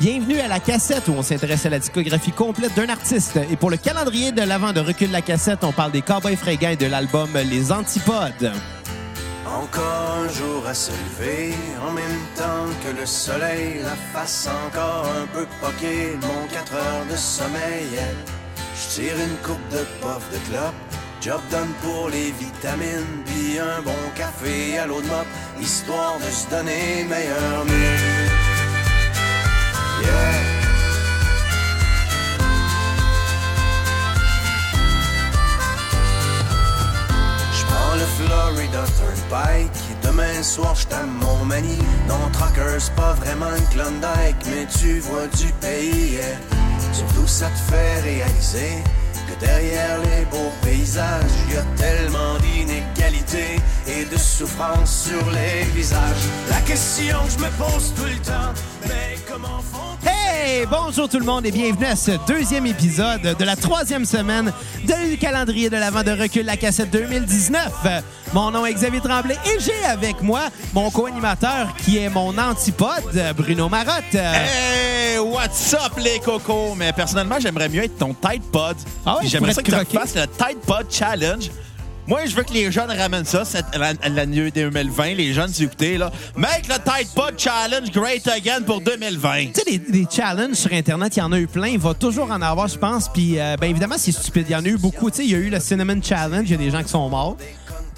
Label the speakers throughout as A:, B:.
A: Bienvenue à la cassette où on s'intéresse à la discographie complète d'un artiste. Et pour le calendrier de l'avant de recul de la cassette, on parle des Cowboys Fringants et de l'album Les Antipodes.
B: Encore un jour à se lever, en même temps que le soleil, la face encore un peu poquée, de mon 4 heures de sommeil. Je tire une coupe de pof de clope, job donne pour les vitamines, puis un bon café à l'eau de mop, histoire de se donner meilleur mieux. Yeah. Je prends le Florida Turnpike et demain soir je à Montmagny. Non, Trucker, c'est pas vraiment une Klondike, mais tu vois du pays. yeah. Surtout, ça te fait réaliser que derrière les beaux paysages, y a tellement d'inégalités et de souffrances sur les visages. La question que je me pose tout le temps, mais comment font
A: Hey! Bonjour tout le monde et bienvenue à ce deuxième épisode de la troisième semaine du calendrier de l'avant de recul La Cassette 2019. Euh, Mon nom est Xavier Tremblay et j'ai avec moi mon co-animateur qui est mon antipode, euh, Bruno Marotte. Euh,
C: Hey, what's up les cocos? Mais personnellement, j'aimerais mieux être ton Tide Pod.
A: Ah ouais,
C: Puis
A: tu
C: j'aimerais
A: pourrais
C: ça
A: te
C: que tu
A: croquer?
C: fasses le Tide Pod Challenge. Moi, je veux que les jeunes ramènent ça cette, la- l'année 2020. Les jeunes, si vous écoutez, là. Make le Tide Pod Challenge great again pour 2020.
A: Tu sais, les, les challenges sur Internet, il y en a eu plein. Il va toujours en avoir, je pense. Puis, euh, ben évidemment, c'est stupide. Il y en a eu beaucoup. Tu sais, il y a eu le Cinnamon Challenge, il y a des gens qui sont morts.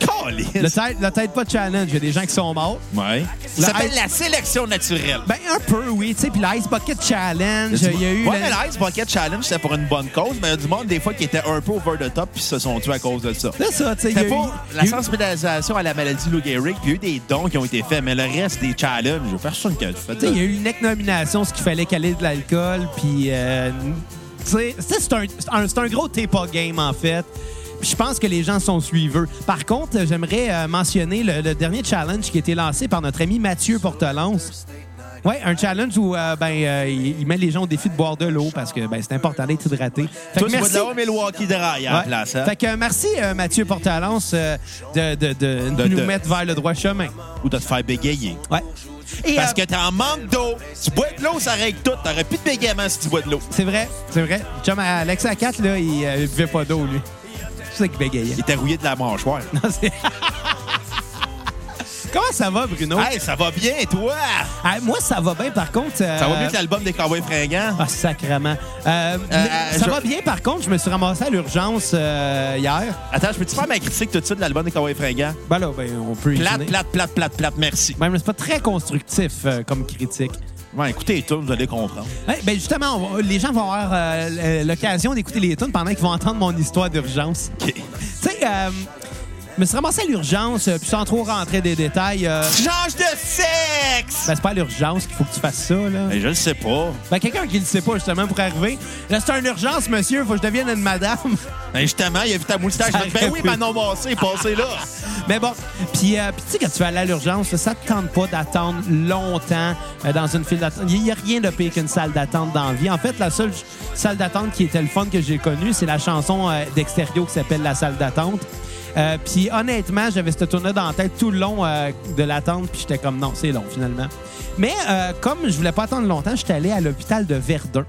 C: Colin!
A: Le tête, le tête pas challenge, il y a des gens qui sont morts.
C: Ouais.
A: Le
C: Ça s'appelle
A: ice-
C: la sélection naturelle.
A: Ben, un peu, oui. Tu sais, puis l'Ice Bucket Challenge, il y a eu.
C: Ouais,
A: le-
C: mais l'Ice Bucket Challenge, c'était pour une bonne cause, mais il y a du monde, des fois, qui était un peu over the top, puis se sont tués à cause de ça.
A: C'est ça, tu sais. il y a
C: C'était
A: eu-
C: pour
A: il y a
C: la
A: eu-
C: sensibilisation à la maladie Lou Gehrig, puis il y a eu des dons qui ont été faits, mais le reste des challenges, personne qui a fait
A: Tu
C: ça.
A: sais, il y a eu une nomination, ce qu'il fallait caler de l'alcool, puis... euh, tu sais, ça, c'est un, c'est un- c'est un gros t'es pas game, en fait. Puis je pense que les gens sont suiveux. Par contre, euh, j'aimerais euh, mentionner le, le dernier challenge qui a été lancé par notre ami Mathieu Portelance. Ouais, un challenge où euh, ben euh, il, il met les gens au défi de boire de l'eau parce que ben c'est important d'être hydraté. Fait
C: Toi,
A: que
C: tu vois de la Milwaukee Dry à la
A: Ouais.
C: place. hein?
A: Fait que euh, merci euh, Mathieu Portelance euh, de, de- de
C: De-
A: nous
C: de-
A: mettre vers le droit chemin.
C: Ou de te faire bégayer.
A: Ouais. Et,
C: Parce
A: euh,
C: que t'es en manque d'eau. Si tu bois de l'eau, ça règle tout. T'aurais plus de bégaiement si tu bois de l'eau.
A: C'est vrai, c'est vrai. Chum, Alex à 4, là, il euh, il buvait pas d'eau, lui. C'est ça qu'il bégayait.
C: Il était rouillé de la mâchoire.
A: Non, c'est- Comment ça va, Bruno?
C: Hey, ça va bien, toi?
A: Ah, moi, ça va bien, par contre. euh,
C: Ça va mieux que l'album des Cowboys Fringants?
A: Ah, sacrement. Euh, mais
C: euh,
A: ça
C: je-
A: va bien, par contre, je me suis ramassé à l'urgence euh, hier.
C: Attends, je peux-tu faire ma critique tout de suite de l'album des Cowboys Fringants?
A: Ben là, ben, on peut y
C: Plate,
A: venir.
C: plate, plate, plate, plate, merci.
A: Même, c'est pas très constructif euh, comme critique.
C: Ouais, écoutez les tunes, vous allez comprendre.
A: Ouais, ben justement, on va- les gens vont avoir euh, l'occasion d'écouter les tunes pendant qu'ils vont entendre mon histoire d'urgence.
C: OK.
A: Tu sais, euh, je me suis ramassé à l'urgence, euh, puis sans trop rentrer des détails. euh,
C: Change de sexe!
A: Ben, c'est pas à l'urgence qu'il faut que tu fasses ça, là.
C: Ben, je le sais pas.
A: Ben, quelqu'un qui le sait pas, justement, pour arriver. Là, c'est une urgence, monsieur, faut que je devienne une madame.
C: Ben justement, il a vu ta moustache.
A: Ça
C: il a dit, ben
A: aurait
C: oui,
A: pu.
C: Manon Massé est passé là.
A: Mais bon, puis euh, puis tu sais, quand tu vas aller à l'urgence, là, ça te tente pas d'attendre longtemps euh, dans une file d'attente. Il n'y a rien de pire qu'une salle d'attente dans la vie. En fait, la seule ch- salle d'attente qui était le fun que j'ai connue, c'est la chanson euh, d'Extérieur qui s'appelle La salle d'attente. Euh, puis honnêtement, j'avais cette tournée dans la tête tout le long euh, de l'attente, puis j'étais comme non, c'est long finalement. Mais euh, comme je voulais pas attendre longtemps, j'étais allé à l'hôpital de Verdun.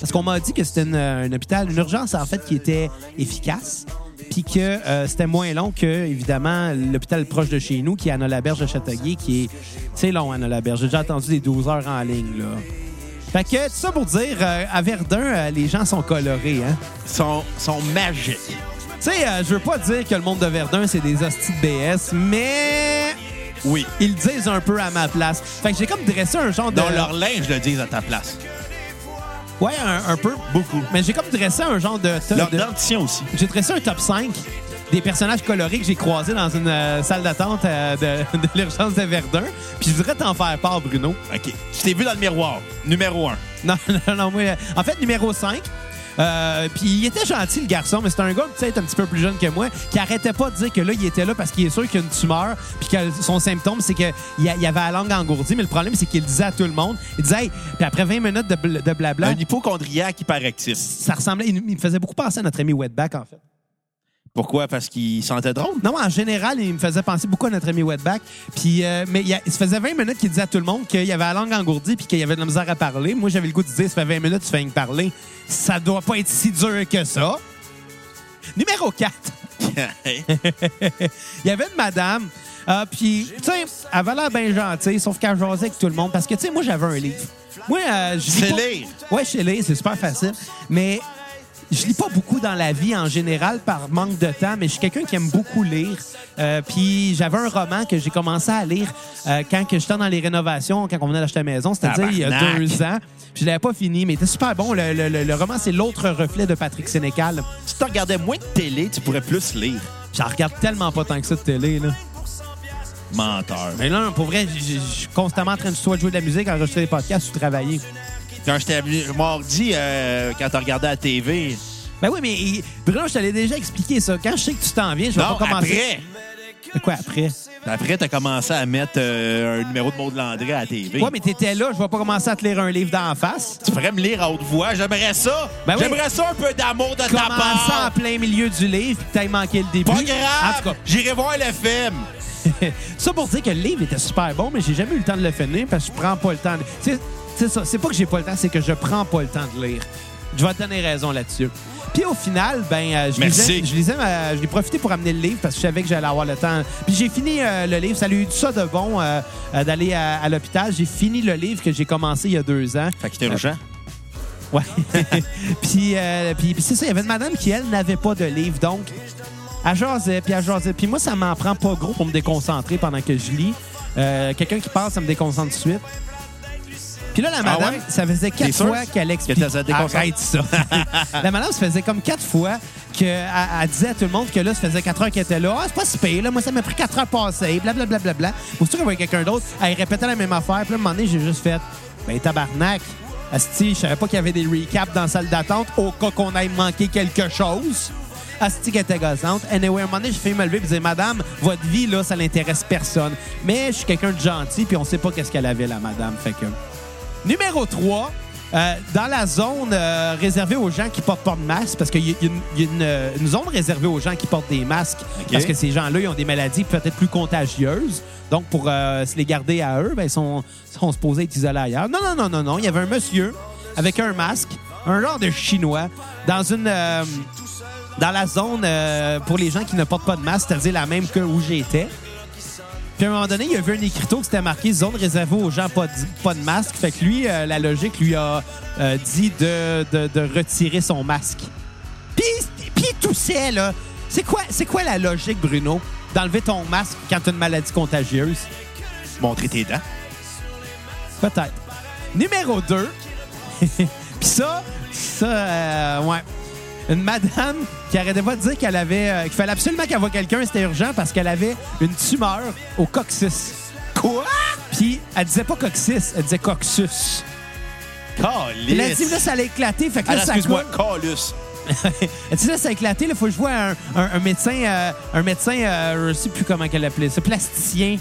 A: Parce qu'on m'a dit que c'était une, euh, un hôpital, une urgence en fait qui était efficace, puis que euh, c'était moins long que, évidemment, l'hôpital proche de chez nous, qui est Anna-la-Berge à Châteauguay, qui est. C'est long, Anna-la-Berge. J'ai déjà attendu des 12 heures en ligne, là. Fait que, tout ça pour dire, euh, à Verdun, euh, les gens sont colorés, hein.
C: Son, son magique.
A: Tu sais, euh, je veux pas dire que le monde de Verdun, c'est des hosties de BS, mais.
C: Oui.
A: Ils le disent un peu à ma place. Fait que j'ai comme dressé un genre de.
C: Dans leur linge, le disent à ta place.
A: Ouais, un, un peu.
C: Beaucoup.
A: Mais j'ai comme dressé un genre de.
C: Leur
A: de-
C: dentition aussi.
A: J'ai dressé un top 5 des personnages colorés que j'ai croisés dans une euh, salle d'attente euh, de, de l'urgence de Verdun. Puis je voudrais t'en faire part, Bruno.
C: OK. Tu t'es vu dans le miroir. Numéro un.
A: Non, non, non, moi, euh, en fait, numéro 5. puis il était gentil, le garçon, mais c'était un gars peut-être un petit peu plus jeune que moi qui arrêtait pas de dire que là, il était là parce qu'il est sûr qu'il a une tumeur puis que son symptôme, c'est qu'il y avait la langue engourdie. Mais le problème, c'est qu'il le disait à tout le monde. Il disait, hey, puis après 20 minutes de, bl- de blabla,
C: Un hypochondriaque hyperactif.
A: ça ressemblait, il, il me faisait beaucoup penser à notre ami Wetback, en fait.
C: Pourquoi? Parce qu'il sentait drôle.
A: Non, en général, il me faisait penser beaucoup à notre ami Wetback. Puis, euh, mais il, y a- il se faisait 20 minutes qu'il disait à tout le monde qu'il y avait la langue engourdie puis qu'il y avait de la misère à parler. Moi, j'avais le goût de dire, ça fait 20 minutes, tu fais rien que parler. Ça doit pas être si dur que ça. Numéro 4. Il y avait une madame. euh, puis, tu sais, elle avait l'air bien gentille, sauf qu'elle jasait avec tout le monde. Parce que, tu sais, moi, j'avais un livre. Moi, euh, je lis
C: C'est
A: pas-
C: lire.
A: Ouais, je sais lire, c'est super facile. Mais je lis pas beaucoup dans la vie en général par manque de temps, mais je suis quelqu'un qui aime beaucoup lire. Euh, puis j'avais un roman que j'ai commencé à lire euh, quand que j'étais dans les rénovations, quand on venait d'acheter la maison, c'est-à-dire il y a
C: Tabarnak.
A: deux ans. Puis je l'avais pas fini, mais il était super bon. Le, le- le- le roman, c'est L'autre reflet de Patrick Sénécal.
C: si tu regardais moins de télé, tu pourrais plus lire.
A: J'en regarde tellement pas tant que ça de télé, là.
C: Menteur.
A: Mais là, pour vrai, j- j- je suis constamment en train de soit jouer de la musique, enregistrer des podcasts ou travailler.
C: Quand j'étais venu- mardi, euh, quand tu regardais la TV,
A: Ben oui, mais il- Bruno, je te l'ai déjà expliqué ça. Quand je sais que tu t'en viens, je vais
C: non,
A: pas commencer.
C: après,
A: Quoi après?
C: après t'as commencé à mettre euh, un numéro de Maud Landry à la TV.
A: Ouais, mais t'étais là, je vais pas commencer à te lire un livre d'en face.
C: Tu pourrais me lire à haute voix. J'aimerais ça.
A: Ben oui.
C: J'aimerais ça un peu d'amour de ta
A: Commence ça en
C: part.
A: plein milieu du livre, puis t'as manqué le début.
C: Pas
A: En tout
C: grave.
A: cas,
C: J'irai voir le film.
A: ça pour dire que le livre était super bon, mais j'ai jamais eu le temps de le finir parce que je prends pas le temps. de- Tu sais, C'est ça, c'est pas que j'ai pas le temps, c'est que je prends pas le temps de lire. Je vais te donner raison là-dessus. Puis au final, ben euh, je
C: Merci.
A: lisais, je lisais ma- je l'ai profité pour amener le livre parce que je savais que j'allais avoir le temps. Puis j'ai fini euh, le livre, ça lui a eu ça de bon euh, euh, d'aller à, à l'hôpital. J'ai fini le livre que j'ai commencé il y a deux ans.
C: Fait que c'était urgent.
A: Ouais. puis euh, puis, puis c'est ça, il y avait une madame qui, elle, n'avait pas de livre. Donc, elle jasait, puis elle jasait. Puis moi, ça m'en prend pas gros pour me déconcentrer pendant que je lis. Euh, Quelqu'un qui passe, ça me déconcentre tout de suite. Puis là, la madame,
C: Ah ouais?
A: ça faisait
C: T'es
A: quatre
C: sûr?
A: fois qu'elle expliquait.
C: Que t'as- ça te déconcentre?
A: Arrête ça. la madame, ça faisait comme quatre fois qu'elle elle disait à tout le monde que là, ça faisait quatre heures qu'elle était là. Ah, c'est pas si pire, là. Moi, ça m'a pris quatre heures passées, blablabla. Bla, bla, bla. Aussitôt qu'elle voyait quelqu'un d'autre, elle répétait la même affaire. Puis là, à un moment donné, j'ai juste fait Ben, tabarnak. Asti, je savais pas qu'il y avait des recaps dans la salle d'attente au cas qu'on aille manquer quelque chose. Asti qu'elle était gossante. Anyway, à un moment donné, j'ai fait me lever et dire Madame, votre vie, là, ça l'intéresse personne. Mais je suis quelqu'un de gentil, puis on sait pas qu'est-ce qu'elle avait, la madame. Fait que. Numéro 3, dans la zone euh, réservée aux gens qui portent pas de masque, parce qu'il y a, une, il y a une, euh, une zone réservée aux gens qui portent des masques,
C: OK.
A: parce que ces gens-là, ils ont des maladies peut-être plus contagieuses. Donc, pour euh, se les garder à eux, ben, ils sont, sont supposés être isolés ailleurs. Non, non, non, non, non. Il y avait un monsieur avec un masque, un genre de Chinois, dans une... euh, dans la zone euh, pour les gens qui ne portent pas de masque, c'est-à-dire la même que où j'étais. Puis à un moment donné, il y avait un écriteau qui s'était marqué zone réservée aux gens pas de, pas de masque. Fait que lui, euh, la logique lui a euh, dit de, de- de retirer son masque. Puis, puis il toussait, là. C'est quoi, c'est quoi la logique, Bruno, d'enlever ton masque quand t'as une maladie contagieuse?
C: Montrer tes dents.
A: Peut-être. Numéro 2. Puis ça, ça, euh, ouais. Une madame qui arrêtait pas de dire qu'elle avait. euh, qu'il fallait absolument qu'elle voit quelqu'un, c'était urgent parce qu'elle avait une tumeur au coccyx.
C: Quoi?
A: Puis elle disait pas coccyx, elle disait coccyx. Puis là, elle dit, là, ça allait éclater. Fait que là,
C: Alors,
A: ça
C: Ah, excuse-moi,
A: coule.
C: Calus.
A: Elle dit, là, ça a éclaté. Il faut que je vois un, un- un médecin, euh, un médecin, euh, je sais plus comment qu'elle l'appelait, ça, plasticien.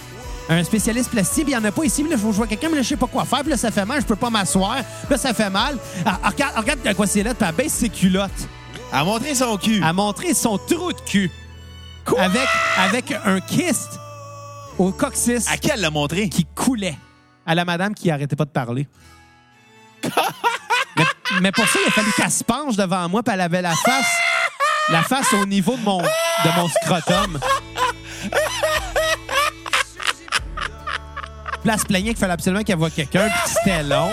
A: Un spécialiste plastique, puis il n'y en a pas ici. mais Là, il faut que je vois quelqu'un, mais là, je sais pas quoi faire. Puis là, ça fait mal, je peux pas m'asseoir. Puis Là, ça fait mal. Elle- elle regarde, elle regarde à quoi c'est là, puis elle baisse ses culottes.
C: À montrer son cul.
A: Elle montrer son trou de cul.
C: Quoi?
A: Ah, Avec, avec un kyste au coccyx
C: À qui elle l'a montré?
A: qui coulait à la madame qui arrêtait pas de parler. mais, mais pour ça, il a fallu qu'elle se penche devant moi, puis elle avait la face, la face au niveau de mon, de mon scrotum. Puis là, elle se plaignait qu'il fallait absolument qu'elle voie quelqu'un, puis que c'était long.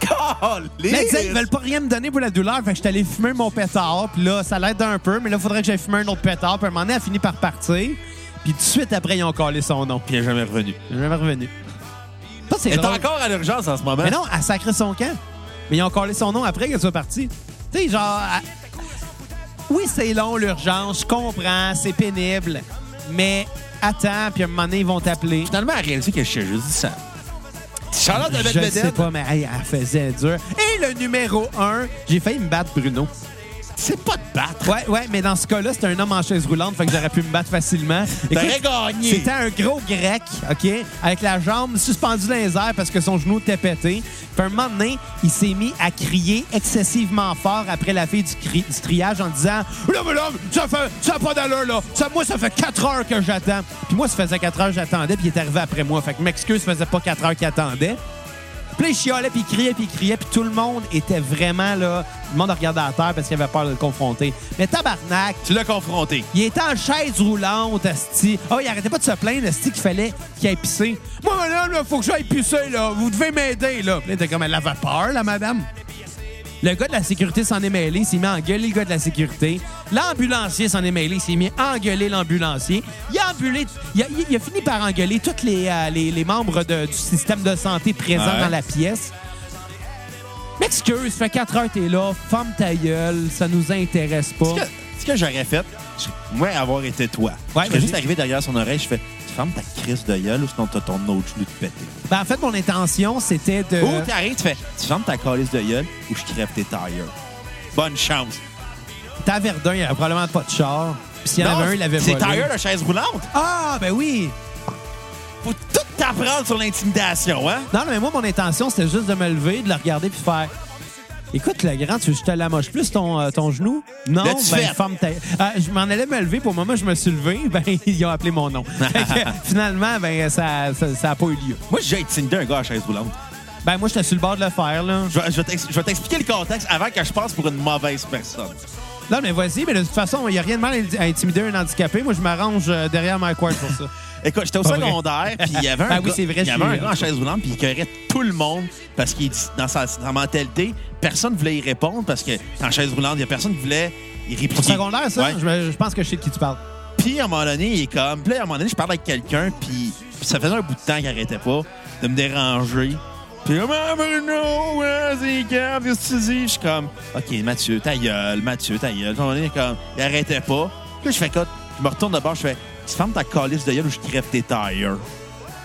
C: Calus!
A: Là, elle disait, ils veulent pas rien me donner pour la douleur, fait que je suis allé fumer mon pétard, puis là, ça l'aide un peu, mais là, il faudrait que j'aille fumer un autre pétard, puis à un moment donné, elle finit par partir, puis tout de suite après, ils ont collé son nom.
C: Puis elle est jamais revenue.
A: Je jamais revenu. Ça, c'est
C: Elle est
A: drôle.
C: encore à l'urgence en ce moment.
A: Mais non, elle sacré son camp. Mais ils ont collé son nom après qu'elle soit partie. Tu sais, genre. elle- Oui, c'est long, l'urgence, je comprends, c'est pénible. Mais attends, puis à un moment donné, ils vont t'appeler.
C: Finalement, elle a réalisé que je t'ai juste dit ça. Charlotte de
A: Je ne sais
C: Belvedere.
A: pas, mais hey, elle faisait dur. Et le numéro un, j'ai failli me battre Bruno.
C: C'est pas de battre.
A: Ouais, ouais, mais dans ce cas-là, c'était un homme en chaise roulante, fait que j'aurais pu me battre facilement.
C: T'aurais
A: Écoute,
C: gagné.
A: C'était un gros grec, OK, avec la jambe suspendue dans les airs parce que son genou était pété. Puis un moment donné, il s'est mis à crier excessivement fort après la fille du, cri- du triage en disant « Là, mais là, ça fait ça a pas d'allure, là. Ça, moi, ça fait quatre heures que j'attends. » Puis moi, ça faisait quatre heures que j'attendais, puis il est arrivé après moi. Fait que m'excuse, ça faisait pas quatre heures qu'il attendait. Puis là, il chialait, puis il criait, puis il criait, puis tout le monde était vraiment là. Le monde regardait à terre parce qu'il avait peur de le confronter. Mais tabarnak,
C: Tu l'as confronté.
A: il était en chaise roulante, Asti. Ah, il arrêtait pas de se plaindre, Asti, qu'il fallait qu'il aille pisser. Moi, madame, là, faut que j'aille pisser, là. Vous devez m'aider, là. Puis là, t'es comme, elle avait peur, la madame. Le gars de la sécurité s'en est mêlé, il s'est mis à engueuler le gars de la sécurité. L'ambulancier s'en est mêlé, il s'est mis à engueuler l'ambulancier. Il a, engueulé- il a- il a fini par engueuler tous les, euh, les- les membres de- du système de santé présents
C: Ouais.
A: dans la pièce. M'excuse, fait 4 heures que t'es là, ferme ta gueule, ça nous intéresse pas.
C: Ce que, ce que j'aurais fait, je- moi, avoir été toi,
A: Ouais,
C: je serais juste
A: vas-y.
C: arrivé derrière son oreille, je fais Tu fermes ta crise de gueule ou sinon t'as ton autre genou de pété.
A: Ben, en fait, mon intention, c'était de.
C: Ou t'arrives, tu fais Tu fermes ta calice de gueule ou je crève tes tailleurs. Bonne chance.
A: T'as Verdun, il n'y avait probablement pas de char. Puis s'il y en
C: Non,
A: avait un, il l'avait
C: C'est
A: volé.
C: tailleur de chaise roulante.
A: Ah, ben oui!
C: Faut tout t'apprendre sur l'intimidation, hein?
A: Non, non, mais moi, mon intention, c'était juste de me lever, de le regarder, puis faire. Écoute, le grand, tu veux que je te l'amoche plus ton, euh, ton genou? Non,
C: L'as-tu
A: ben,
C: fait?
A: ferme ta- Ah, je m'en allais me lever, puis au moment où je me suis levé, ben, ils ont appelé mon nom. Fait que, finalement, ben, ça n'a pas eu lieu.
C: Moi, j'ai intimidé un gars à chaise roulante.
A: Ben, moi, j'étais sur le bord de le faire, là.
C: Je vais, je vais t'ex- je vais t'expliquer le contexte avant que je passe pour une mauvaise personne.
A: Non, mais vas-y, mais de toute façon, il n'y a rien de mal à intimider un handicapé. Moi, je m'arrange euh, derrière ma couette pour ça.
C: Écoute, j'étais au
A: Pas vrai.
C: secondaire, puis il y avait un
A: Ah oui,
C: gars-
A: c'est vrai,
C: il y avait
A: je
C: un
A: suis-
C: gars en chaise roulante, puis il cueillerait tout le monde parce qu'il dit- dans sa, sa mentalité, personne voulait y répondre parce que en chaise roulante, il y a personne qui voulait y répliquer.
A: Au secondaire, ça,
C: Ouais.
A: je, me- je pense que je sais de qui tu parles.
C: Puis à un moment donné, il est comme, puis là, à un moment donné, je parle avec quelqu'un, puis ça faisait un bout de temps qu'il arrêtait pas de me déranger. Puis comme, ah, Bruno, ouais, c'est grave, qu'est-ce que tu dis? Je suis comme, OK, Mathieu, ta gueule, Mathieu, ta gueule. Puis à un moment donné, il est comme, il arrêtait pas. Puis là, je fais quoi? Je me retourne de bord, je fais, tu fermes ta calice de gueule ou je crève tes tires.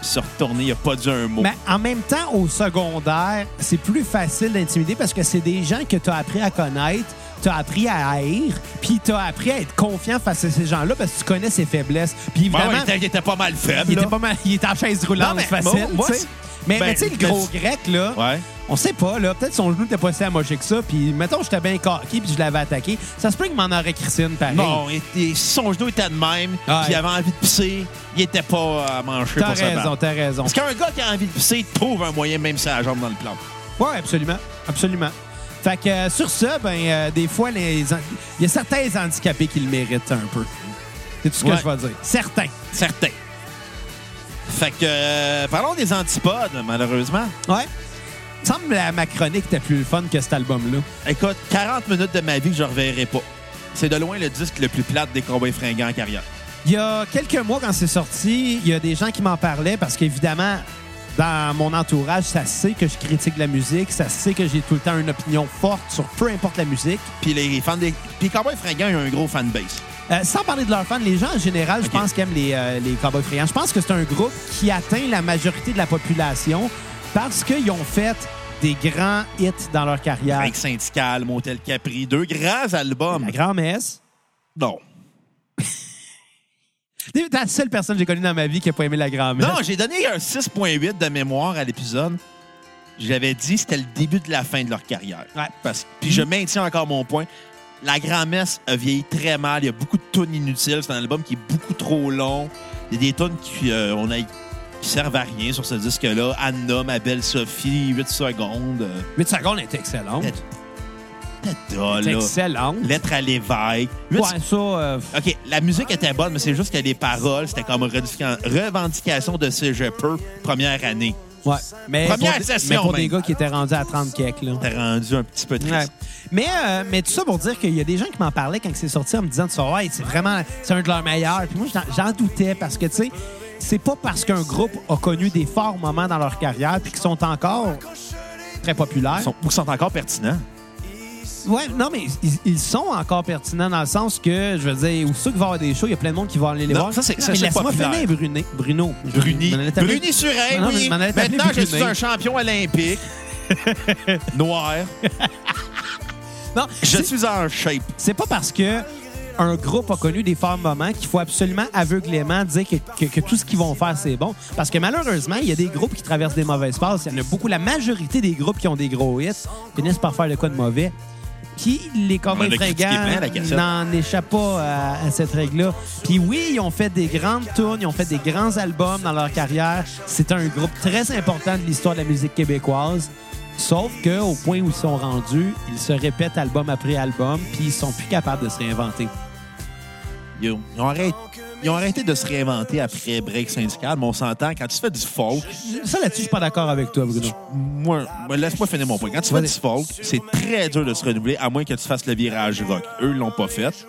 C: Puis se retourner, il a pas dit un mot.
A: Mais en même temps, au secondaire, c'est plus facile d'intimider parce que c'est des gens que tu as appris à connaître, tu as appris à haïr, puis tu as appris à être confiant face à ces gens-là parce que tu connais ses faiblesses. Puis
C: Ouais,
A: évidemment,
C: ouais, il, était, il était pas mal faible.
A: il était
C: là.
A: pas mal- il était en chaise roulante,
C: Non, mais
A: facile.
C: moi- moi,
A: tu sais.
C: c'est-
A: mais
C: ben,
A: mais tu sais, le
C: mais
A: gros
C: c'est-
A: grec, là,
C: Ouais.
A: on sait pas, là, peut-être son genou était pas si amoché que ça, puis mettons, j'étais bien coqué, puis je l'avais attaqué. Ça se peut qu'il m'en aurait Christine, pareil.
C: Non, il était- son genou était de même,
A: Ouais.
C: puis il avait envie de pisser, il était pas euh, à manger
A: T'as
C: pour se battre.
A: raison, t'as raison.
C: Parce qu'un gars qui a envie de pisser trouve un moyen, même si la jambe dans le plan.
A: Oui, absolument. Absolument. Fait que euh, sur ça, ben, euh, des fois, les han- il y a certains handicapés qui le méritent un peu. C'est tout ce que
C: Ouais.
A: je vais dire. Certains.
C: Certain. Fait que, euh, parlons des antipodes, malheureusement.
A: Ouais. Il me semble que ma chronique était plus le fun que cet album-là.
C: Écoute, 40 minutes de ma vie que je reverrai pas. C'est de loin le disque le plus plate des combats fringants en carrière.
A: Il y a quelques mois, quand c'est sorti, il y a des gens qui m'en parlaient parce qu'évidemment, dans mon entourage, ça sait que je critique la musique, ça sait que j'ai tout le temps une opinion forte sur peu importe la musique.
C: Puis les fans des... Puis Cowboys fringants, ils ont un gros fanbase.
A: Euh, sans parler de leurs fans, les gens en général,
C: Ok.
A: je pense qu'ils aiment les, euh, les Cowboys Fringants. Je pense que c'est un groupe qui atteint la majorité de la population parce qu'ils ont fait des grands hits dans leur carrière.
C: Avec Syndical, Motel Capri, deux grands albums.
A: Ah. La grand-messe.
C: Non.
A: T'es la seule personne que j'ai connue dans ma vie qui n'a pas aimé la grand-messe.
C: Non, j'ai donné un 6.8 de mémoire à l'épisode. J'avais dit que c'était le début de la fin de leur carrière.
A: Ouais.
C: Parce- puis
A: Mm.
C: je maintiens encore mon point. La grand-messe a vieilli très mal. Il y a beaucoup de tonnes inutiles. C'est un album qui est beaucoup trop long. Il y a des tonnes qui, euh, on a, qui servent à rien sur ce disque-là. Anna, ma belle Sophie, 8 secondes. euh,
A: 8 secondes est excellente.
C: T'es- t'es dole,
A: C'est
C: là.
A: excellente.
C: Lettre à l'évêque. Huit
A: Ouais, ça, euh,
C: OK, la musique était bonne, mais c'est juste que les paroles, c'était comme revendica- revendication de ce je peux première année.
A: ouais. Mais
C: Première
A: pour, des-
C: session, ben.
A: mais pour des
C: même.
A: gars qui étaient rendus à 30 quelques, là.
C: T'es rendu un petit peu triste.
A: Ouais. Mais, euh, mais tout ça pour dire qu'il y a des gens qui m'en parlaient quand c'est sorti en me disant tu vois, ouais, c'est vraiment c'est un de leurs meilleurs. Puis moi, j'en- j'en doutais parce que, tu sais, c'est pas parce qu'un groupe a connu des forts moments dans leur carrière puis qu'ils sont encore très populaires.
C: Ils sont, ou sont encore pertinents.
A: Ouais, non, mais ils, ils sont encore pertinents dans le sens que, je veux dire, où ceux qui vont avoir des shows, il y a plein de monde qui va aller les
C: Non,
A: voir.
C: ça, c'est-
A: Non,
C: ça,
A: mais
C: c'est
A: laisse-moi
C: populaire.
A: finir, Bruné- Bruno.
C: Bruni.
A: Je m'en allais taper-
C: Bruni sur
A: Mais non, mais
C: oui.
A: je m'en allais taper
C: Maintenant, je
A: Brunet.
C: suis un champion olympique. Noir.
A: Non,
C: Je
A: c'est-
C: suis en shape.
A: c'est pas parce que un groupe a connu des forts moments qu'il faut absolument aveuglément dire que, que- que tout ce qu'ils vont faire, c'est bon. Parce que malheureusement, il y a des groupes qui traversent des mauvaises passes. Il y en a beaucoup. La majorité des groupes qui ont des gros hits finissent par faire le cas de mauvais. Puis les Corbeils
C: On a critiqué
A: fringants
C: plein la cassette.
A: n'en échappent pas à, à cette règle-là. Puis oui, ils ont fait des grandes tournes, ils ont fait des grands albums dans leur carrière. C'est un groupe très important de l'histoire de la musique québécoise. Sauf qu'au point où ils sont rendus, ils se répètent album après album, puis ils sont plus capables de se réinventer.
C: Ils ont, ils ont arrêt- ils ont arrêté de se réinventer après break syndical, mais on s'entend, quand tu fais du folk,
A: Ça, là-dessus, je suis pas d'accord avec toi, Bruno.
C: moi, moi, laisse-moi finir mon point. Quand tu fais du folk, c'est très dur de se renouveler, à moins que tu fasses le virage rock. Eux, ils l'ont pas fait.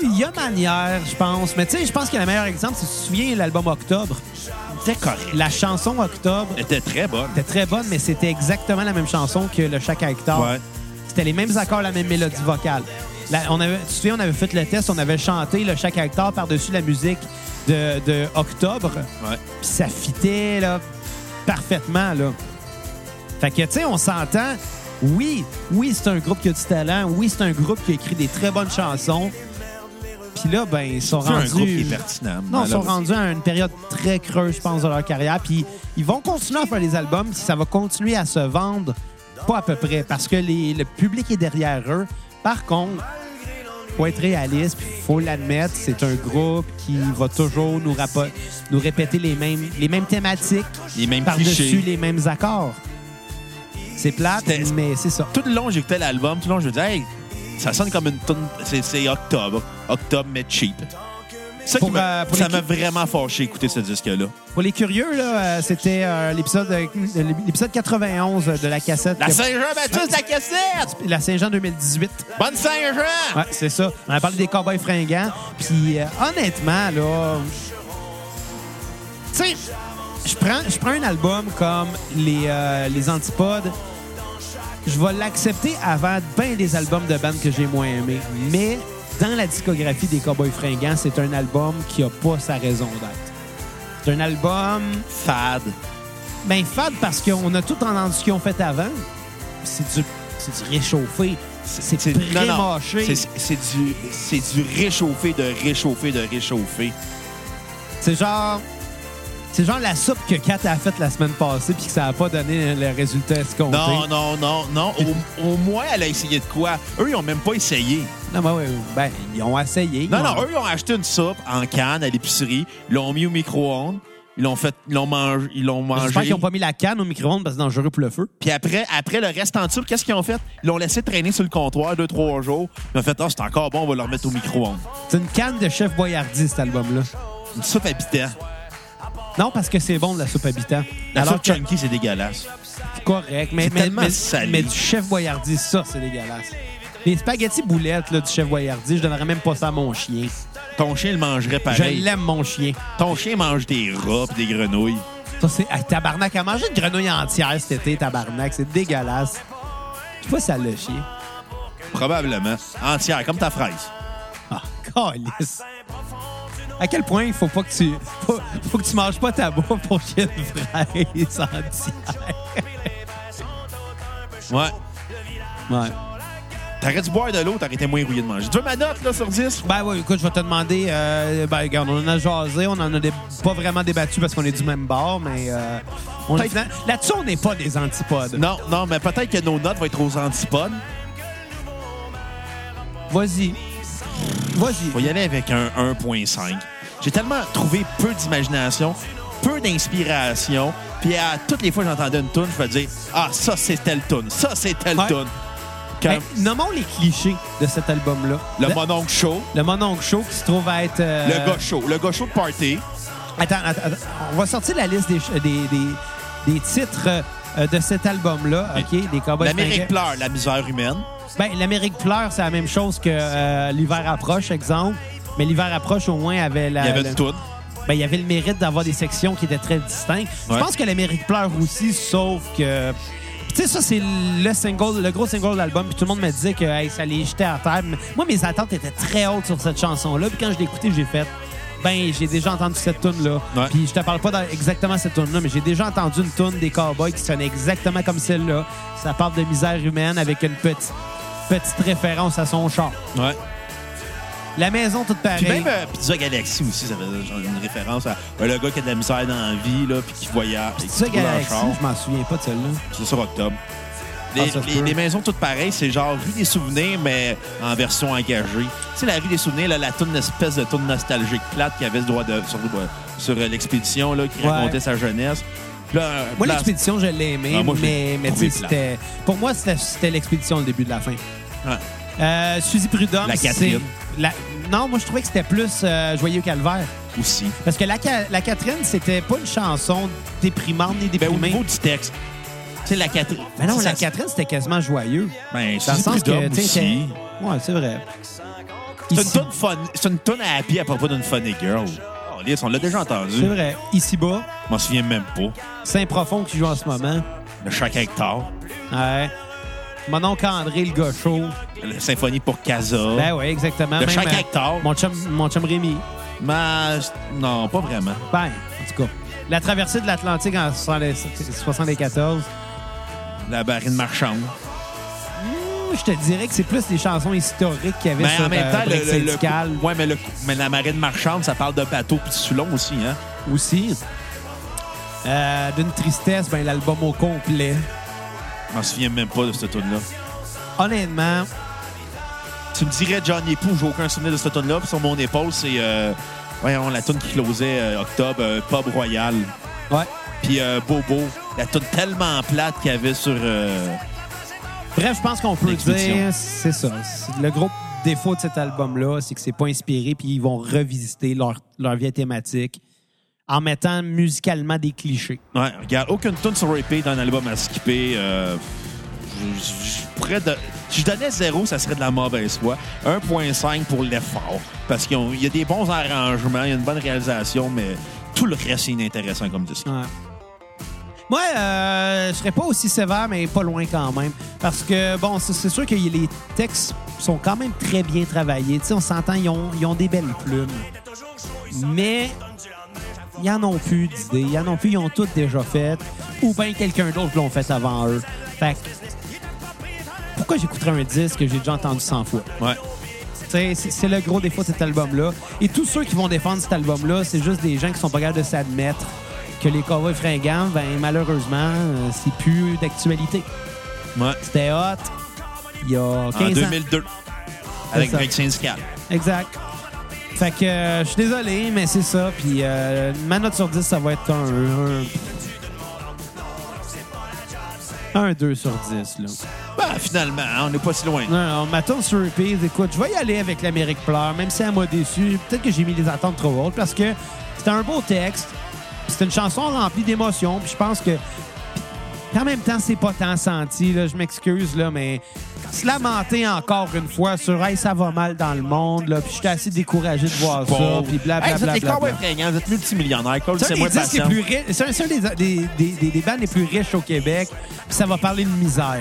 A: Il y a manière, je pense. Mais tu sais, je pense que le meilleur exemple, c'est, tu te souviens, l'album Octobre.
C: C'était correct.
A: La chanson Octobre
C: Elle était très bonne.
A: était très bonne, mais c'était exactement la même chanson que le Chaka Hector.
C: Ouais.
A: C'était les mêmes accords, la même mélodie vocale. La- on avait, tu te souviens, on avait fait le test, on avait chanté le Chaka Hector par-dessus la musique de, de Octobre.
C: Ouais.
A: Puis ça fitait, là, parfaitement, là. Fait que, tu sais, on s'entend. Oui, oui, c'est un groupe qui a du talent. Oui, c'est un groupe qui a écrit des très bonnes chansons. Puis là, ben, ils sont
C: C'est un
A: rendus...
C: groupe qui est pertinent.
A: Non, ils sont
C: malheureusement.
A: rendus à une période très creuse, je pense, de leur carrière. Puis ils vont continuer à faire des albums, puis ça va continuer à se vendre, pas à peu près, parce que les- le public est derrière eux. Par contre, faut être réaliste, puis faut l'admettre, c'est un groupe qui va toujours nous, rapo- nous répéter les mêmes, les mêmes thématiques,
C: Les mêmes
A: par-dessus
C: clichés.
A: les mêmes accords. C'est plate,
C: C'était-
A: mais c'est ça.
C: Tout le long, j'écoutais l'album. Tout le long, je me disais, hey, ça sonne comme une tonne. C'est c'est octobre. Octobre, mais cheap. Ça, qui
A: Pour,
C: m'a-
A: euh, pour
C: ça
A: les-
C: m'a vraiment fâché écouter ce disque-là.
A: Pour les curieux, là, euh, c'était euh, l'épisode l'épisode 91 de la cassette.
C: La ben,
A: que-
C: Saint-Jean-Baptiste, la cassette!
A: la Saint-Jean 2018.
C: Bonne Saint-Jean!
A: Ouais, c'est ça. On a parlé des cowboys fringants. Puis euh, honnêtement, là. Tu sais, je prends, je prends un album comme Les, euh, les Antipodes. Je vais l'accepter avant bien des albums de bandes que j'ai moins aimés. Mais dans la discographie des cowboys fringants, c'est un album qui a pas sa raison d'être. C'est un album,
C: Fade.
A: ben, fade parce qu'on a tout entendu ce qu'ils ont fait avant. C'est du, c'est du réchauffé. C'est
C: non, non.
A: pré-mâché.
C: C'est- C'est du, c'est du réchauffé, de réchauffer, de réchauffer.
A: C'est genre. C'est genre la soupe que Kat a faite la semaine passée puis que ça n'a pas donné le résultat escompté.
C: Non, non, non, non. Au, au moins, elle a essayé de quoi? Eux, ils ont même pas essayé.
A: Non, ben, ouais, ben, ils ont essayé. Ils
C: Non,
A: ont-
C: non, eux, ils ont acheté une soupe en canne à l'épicerie. Ils l'ont mis au micro-ondes. Ils l'ont fait, ils l'ont mangé, ils l'ont mangé.
A: J'espère qu'ils n'ont pas mis la canne au micro-ondes parce que c'est dangereux pour le feu.
C: Puis après, après le reste en soupe, qu'est-ce qu'ils ont fait? Ils l'ont laissé traîner sur le comptoir deux, trois jours. Ils ont fait, ah, c'est encore bon, on va le remettre au micro-ondes.
A: C'est une canne de chef boyardi, cet album-là.
C: Une soupe habitant.
A: Non, parce que c'est bon de la soupe habitant.
C: La
A: Alors
C: soupe
A: que-
C: chunky, c'est dégueulasse.
A: correct, mais,
C: C'est
A: mais,
C: tellement
A: mais-
C: salé.
A: mais du chef boyardi, ça, c'est dégueulasse. Les spaghettis boulettes là, du chef boyardi, je donnerais même pas ça à mon chien.
C: Ton chien le mangerait
A: Je
C: pareil.
A: l'aime, mon chien.
C: Ton chien mange des rats pis des grenouilles.
A: Ça, c'est. Hey, tabarnak, à manger une grenouille entière cet été, tabarnak. C'est dégueulasse. Je sais pas si ça l'a chier.
C: Probablement. Entière, comme ta fraise.
A: Ah, calice. À quel point il faut pas que tu. Faut, faut que tu manges pas ta bouffe pour qu'il y ait une fraise entière.
C: Ouais.
A: Ouais.
C: T'aurais dû boire de l'eau, t'aurais été moins rouillé de manger. Tu veux ma note, là, sur 10?
A: Ben oui, écoute, je vais te demander. euh, ben, regarde, on en a jasé, on en a dé- pas vraiment débattu parce qu'on est du même bord, mais. euh, on est-
C: Peut-être-
A: Là-dessus, on n'est pas des antipodes.
C: Non, non, mais peut-être que nos notes vont être aux antipodes.
A: Vas-y. Vas-y.
C: Je vais y aller avec un 1.5. J'ai tellement trouvé peu d'imagination, peu d'inspiration, puis à toutes les fois que j'entendais une toune, je me disais « Ah, ça, c'est telle toune. Ça, c'est telle
A: Ouais.
C: toune. Comme
A: Hey, Ben, nommons les clichés de cet album-là.
C: le,
A: Le-
C: mononcle chaud,
A: Le mononcle show qui se trouve à être. euh,
C: le gars chaud, le gars chaud de party.
A: Attends, attends, attends. on va sortir la liste des, ch- des, des, des titres euh, de cet album-là, OK? Des Cowboys
C: L'Amérique
A: fringants.
C: pleure, la misère humaine.
A: Ben, L'Amérique pleure, c'est la même chose que euh, L'hiver approche, exemple. Mais L'hiver approche, au moins, avait la.
C: Il y avait
A: le-
C: une toune.
A: ben, il y avait le mérite d'avoir des sections qui étaient très distinctes.
C: Ouais.
A: Je pense que l'Amérique pleure aussi, sauf que. Puis, Tu sais, ça, c'est le single, le gros single de l'album. Puis tout le monde me disait que hey, ça les jetait à terre. Mais moi, mes attentes étaient très hautes sur cette chanson-là. Puis quand je l'ai écoutée, j'ai fait. Ben, j'ai déjà entendu cette tune-là.
C: Ouais.
A: Puis je te parle pas dans- exactement cette tune-là, mais j'ai déjà entendu une tune des cowboys qui sonnait exactement comme celle-là. Ça parle de misère humaine avec une petite petite référence à son char.
C: Ouais.
A: La maison toute pareille.
C: Puis même euh, Pizza Galaxy aussi, ça faisait genre une référence à euh, le gars qui a de la misère dans la vie, là, puis qui voyage. et qui
A: Pizza
C: roule en
A: Galaxy,
C: char.
A: je m'en souviens pas de celle-là.
C: C'est sur Octobre. Les,
A: Ah, ça se
C: les-
A: peut.
C: les maisons toutes pareilles, c'est genre Rue des Souvenirs, mais en version engagée. Tu sais, la Rue des Souvenirs, là, la toune, espèce de toune nostalgique plate qu'il avait ce droit de, sur, euh, sur, euh, l'expédition, là, qui
A: Ouais.
C: racontait sa jeunesse. Puis là, euh,
A: Moi,
C: là,
A: l'expédition, je l'ai aimée,
C: Ah, moi, je
A: mais,
C: l'ai
A: mais tu
C: trouvé
A: sais,
C: plate.
A: c'était. Pour moi, c'était- c'était l'expédition le début de la fin.
C: Ouais.
A: Euh, Suzy Prudhomme.
C: La Catherine.
A: c'est- la- Non, moi, je trouvais que c'était plus euh, Joyeux Calvaire.
C: aussi.
A: Parce que la, Ca- la Catherine, c'était pas une chanson déprimante ni
C: Ben, au
A: déprimée.
C: niveau du texte, tu sais, la Catherine.
A: mais non,
C: ça-
A: la Catherine, c'était quasiment joyeux.
C: Ben,
A: Dans le
C: Suzy
A: sens que,
C: Prudhomme
A: tu sais, c'est-
C: aussi.
A: Ouais, c'est vrai.
C: C'est une
A: Ici-
C: tonne fun- c'est une tonne à happy à propos d'une funny girl. Oh, Lys, on l'a déjà
A: C'est
C: entendu.
A: vrai. Ici-bas,
C: Je m'en souviens même pas.
A: Saint-Profond qui joue en ce moment.
C: Le Chaque Hector,
A: Ouais. Mon oncle André, le gars chaud.
C: la symphonie pour Casa.
A: Ben oui, exactement.
C: Le
A: Même,
C: Chaque
A: euh,
C: Hector.
A: Mon chum, mon chum Rémi.
C: Mais non, pas vraiment.
A: Ben, en tout cas. La traversée de l'Atlantique en 74.
C: La barine marchande.
A: Ouh, Je te dirais que c'est plus les chansons historiques qu'il y avait
C: Mais
A: sur
C: Ben, en même
A: euh,
C: temps,
A: Break
C: le, le- le-
A: Syndical
C: ouais, mais, le- mais la marine marchande, ça parle de bateau puis de Soulon aussi, hein?
A: aussi. Euh, D'une tristesse, ben, l'album au complet.
C: Je m'en souviens même pas de cette tune là
A: Honnêtement,
C: Tu me dirais Johnny Pooh, j'ai aucun souvenir de cette tune là Puis sur mon épaule, c'est euh, voyons, la tune qui closait euh, octobre, euh, Pub Royal.
A: ouais.
C: Puis euh, Bobo, la tune tellement plate qu'il y avait sur. euh,
A: Bref, je pense qu'on peut
C: L'expédition.
A: dire, c'est ça. C'est- Le gros défaut de cet album-là, c'est que c'est pas inspiré, puis ils vont revisiter leur, leur vieille thématique en mettant musicalement des clichés.
C: Ouais, regarde, aucune tune sur repeat d'un album à skipper. euh, je- je- je pourrais don- Si je donnais zéro, ça serait de la mauvaise foi. 1.5 pour l'effort. Parce qu'il y a des bons arrangements, il y a une bonne réalisation, mais tout le reste, c'est inintéressant comme disque.
A: Ouais. Moi, euh, je serais pas aussi sévère, mais pas loin quand même. Parce que, bon, c'est c'est sûr que les textes sont quand même très bien travaillés. Tu sais, on s'entend, ils ont, ils ont des belles plumes. Mais ils en ont plus d'idées. Ils en ont plus, ils ont toutes déjà faites. Ou bien quelqu'un d'autre l'ont fait avant eux. Fait que, pourquoi j'écouterais un disque que j'ai déjà entendu 100 fois?
C: Ouais.
A: Tu sais, C'est c'est le gros défaut de cet album-là. Et tous ceux qui vont défendre cet album-là, c'est juste des gens qui sont pas capables de s'admettre que les cowboys fringants, ben malheureusement, euh, c'est plus d'actualité.
C: ouais.
A: C'était hot il y a 15
C: En
A: ans.
C: 2002, avec
A: ça.
C: Greg Syndical.
A: Exact. Fait que euh, je suis désolé, mais c'est ça. Puis euh, ma note sur 10, ça va être un... Un, un 2 sur 10, là.
C: Bah, finalement, hein, on n'est pas si loin.
A: Non, non, ma tune sur repeat, écoute, je vais y aller avec l'Amérique pleure, même si elle m'a déçu. Peut-être que j'ai mis les attentes trop hautes parce que c'était un beau texte, puis c'était une chanson remplie d'émotions, puis je pense que. puis En même temps, c'est pas tant senti, là, je m'excuse, là, mais se lamenter encore une fois sur Hey, ça va mal dans le monde, là, puis j'étais assez découragé de voir ça,
C: Pauvre.
A: puis
C: Hey, vous êtes
A: blablabla.
C: les cowboys fringants, vous êtes multimillionnaires.
A: C'est un des
C: Colissez-moi
A: disques les
C: patient.
A: plus riches- c'est un- c'est un des, des, des, des, des bands les plus riches au Québec, puis ça va parler de misère.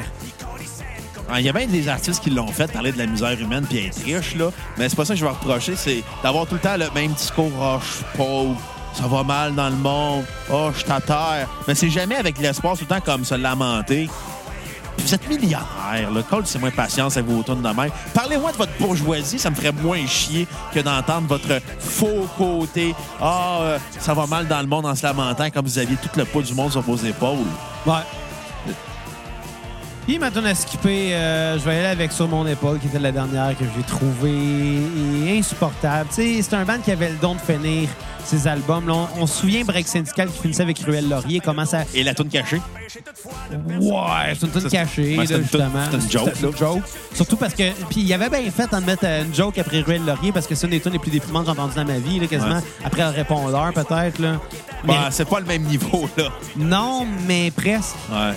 C: Ah, Il y a bien des artistes qui l'ont fait, parler de la misère humaine puis être riche, là. Mais c'est pas ça que je vais reprocher, c'est d'avoir tout le temps le même discours. Oh, je suis pauvre, ça va mal dans le monde, oh, je suis à terre. Mais c'est jamais avec l'espoir, tout le temps comme se lamenter. Puis Vous êtes millionnaire, là. Cold, c'est moins patience avec vos tournes de mer. Parlez-moi de votre bourgeoisie, ça me ferait moins chier que d'entendre votre faux côté. Ah, euh, ça va mal dans le monde en se lamentant comme vous aviez tout le poids du monde sur vos épaules.
A: Ouais. Puis maintenant à skipper, euh, je vais aller avec Sur mon épaule, qui était la dernière que j'ai trouvée insupportable. Tu sais, c'est un band qui avait le don de finir ses albums. Là, on, on se souvient Break Syndical qui finissait avec Ruel Laurier, comment ça.
C: Et la tourne cachée?
A: Ouais, c'est une tune cachée,
C: ouais,
A: là,
C: c'est une toune-
A: justement.
C: c'est une joke,
A: C'est une joke. Surtout parce que. Puis il y avait bien fait en de mettre euh, une joke après Ruel Laurier, parce que c'est une des tunes les plus déprimantes que j'ai entendues dans ma vie, là, quasiment.
C: Ouais.
A: Après le répondeur, peut-être. là. Mais-
C: Bah, c'est pas le même niveau, là.
A: non, mais presque.
C: Ouais.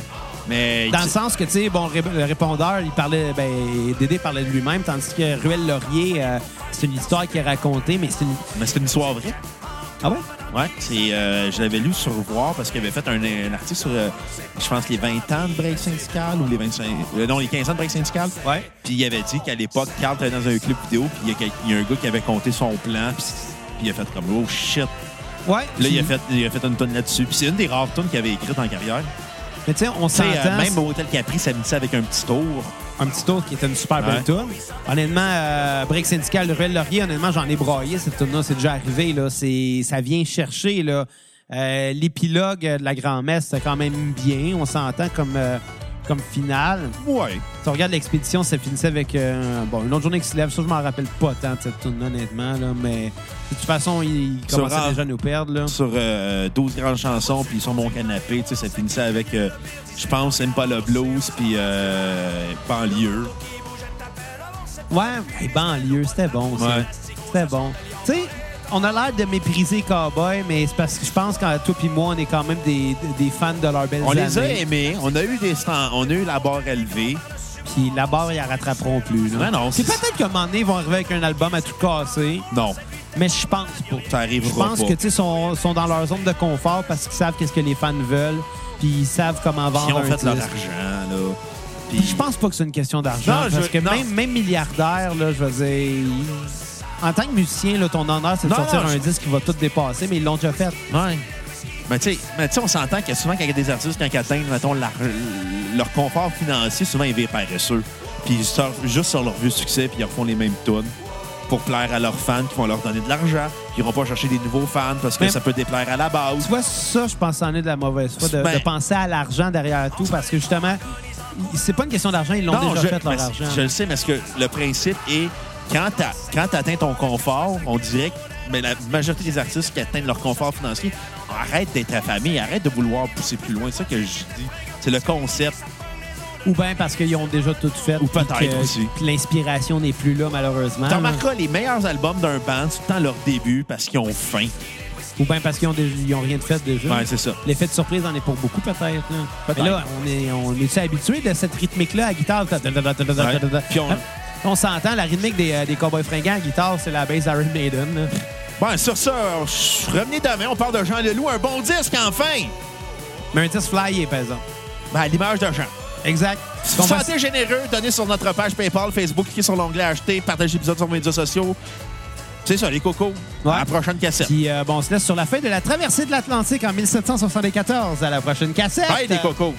C: Mais
A: Dans le sens que, tu sais, bon, ré- le répondeur, il parlait, ben, Dédé parlait de lui-même, tandis que Ruel Laurier, euh, c'est une histoire qui est racontée, mais c'est une.
C: mais c'est une histoire vraie.
A: Ah ouais?
C: Ouais, c'est euh, je l'avais lu sur Voir parce qu'il avait fait un, un article sur euh, je pense les 20 ans de break syndical ou les 25 euh, non les 15 ans de break syndical.
A: Ouais.
C: Puis il avait dit qu'à l'époque Carl était dans un club vidéo puis il y a quel- il y, a un gars qui avait compté son plan puis puis il a fait comme oh shit.
A: Ouais.
C: Puis Là il a
A: Puis-
C: fait il a fait une tonne là-dessus. Puis c'est une des rares tonnes qu'il avait écrites en carrière.
A: Mais tu sais, on
C: Tu sais, euh,
A: s'entend.
C: même au Hôtel Capri, ça me dit avec un petit tour.
A: un petit tour qui était une super belle
C: Ouais.
A: tour. Honnêtement, euh, Break Syndical de Ruelle Laurier, honnêtement, j'en ai broyé cette tourne là c'est déjà arrivé. Là. C'est, ça vient chercher là. Euh, l'épilogue de la grand-messe, c'est quand même bien. On s'entend comme, euh, comme finale.
C: Ouais.
A: Si on regarde l'expédition, ça finissait avec euh, bon, une autre journée qui se lève. Ça, je m'en rappelle pas tant de cette tourne là honnêtement. Là, mais de toute façon, ils
C: Ça
A: commençaient
C: rend-
A: déjà à nous perdre. Là.
C: Sur euh, 12 grandes chansons, puis sur mon canapé, tu sais, ça finissait avec, euh, je pense, Aime pas le blues, puis euh, Banlieue.
A: Ouais, hey, banlieue, c'était bon, ça.
C: Ouais.
A: C'était bon. Tu sais, on a l'air de mépriser Cowboy, mais c'est parce que je pense qu'en toi puis moi, on est quand même des, des fans de leurs belles
C: On les a
A: années.
C: aimés, on a eu des stands, on a eu la barre élevée.
A: Puis la barre, ils la rattraperont plus. là.
C: Ouais, non,
A: c'est
C: c'est-
A: peut-être qu'à un moment donné, ils vont arriver avec un album à tout casser,
C: Non,
A: mais je pense pas.
C: ça
A: Je
C: arrivera
A: pense
C: pas.
A: que, tu sais, sont, sont dans leur zone de confort parce qu'ils savent qu'est-ce que les fans veulent, puis ils savent comment vendre
C: Qui ont
A: un
C: fait leur
A: disque.
C: argent, là. Puis-
A: Puis je pense pas que c'est une question d'argent.
C: Non, je-
A: Parce que
C: non.
A: même, même milliardaire, là, je veux dire. il- En tant que musicien, là, ton honneur, c'est de
C: Non,
A: sortir
C: non,
A: un
C: je-
A: disque qui va tout dépasser, mais ils l'ont déjà fait.
C: Ouais. Mais tu sais, mais tu sais, on s'entend que souvent, quand il y a des artistes, quand ils atteignent, mettons, leur, leur confort financier, souvent, ils vivent paresseux. Puis ils surfent juste sur leur vieux succès, puis ils refont les mêmes tunes pour plaire à leurs fans qui vont leur donner de l'argent. Puis ils vont pas chercher des nouveaux fans parce que
A: Mais-
C: ça peut déplaire à la
A: Tu
C: base.
A: vois, ça, je pense que c'en est de la mauvaise foi, de,
C: Ben-
A: de penser à l'argent derrière tout, parce que justement, il- c'est pas une question d'argent, ils l'ont déjà
C: je,
A: fait,
C: mais
A: leur
C: c'est-
A: argent.
C: je le sais, mais ce que le principe est quand tu atteins ton confort, on dirait que mais la majorité des artistes qui atteignent leur confort financier arrête d'être affamés, arrête de vouloir pousser plus loin. C'est ça que je dis. C'est le concept.
A: Ou bien parce qu'ils ont déjà tout fait.
C: Ou
A: puis
C: peut-être
A: que-
C: aussi.
A: puis l'inspiration n'est plus là, malheureusement.
C: Tu
A: là.
C: remarqueras, les meilleurs albums d'un band, c'est tout le temps leur début parce qu'ils ont faim.
A: Ou bien parce qu'ils ont, déjà- ils ont rien de fait déjà.
C: Ouais, c'est ça.
A: L'effet de surprise en est pour beaucoup, peut-être. là.
C: Peut-être.
A: Mais là, on est, on est habitué de cette rythmique-là à guitare.
C: Ouais. Puis on-
A: On s'entend, la rythmique des, euh, des cowboys fringants à guitare, c'est la base d'Iron Maiden. là.
C: Bon, sur ça, je- revenez demain, on parle de Jean Leloup, un bon disque enfin!
A: Mais un disque flyé, par exemple.
C: Ben, à l'image de Jean.
A: Exact.
C: Si vous
A: Qu'on va-
C: sentez généreux, donnez sur notre page PayPal, Facebook, cliquez sur l'onglet acheter, partagez l'épisode sur vos médias sociaux. C'est ça, les cocos.
A: Ouais.
C: À la prochaine cassette.
A: Puis euh, bon, on se laisse sur la fin de la traversée de l'Atlantique en 1774. À la prochaine cassette.
C: Bye, les cocos!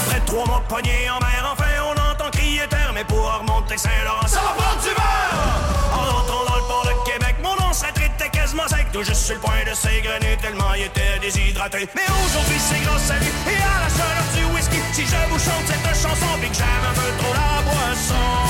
D: Après trois mois de poignée en mer, enfin on entend crier terre, mais pour remonter Saint-Laurent, ça va prendre du vent! En rentrant dans le port de Québec, mon nom s'attraitait quasiment sec, tout juste sur le point de s'égrener, tellement il était déshydraté. Mais aujourd'hui, c'est grâce à lui et à la chaleur du whisky, si je vous chante cette chanson, puis que j'aime un peu trop la boisson.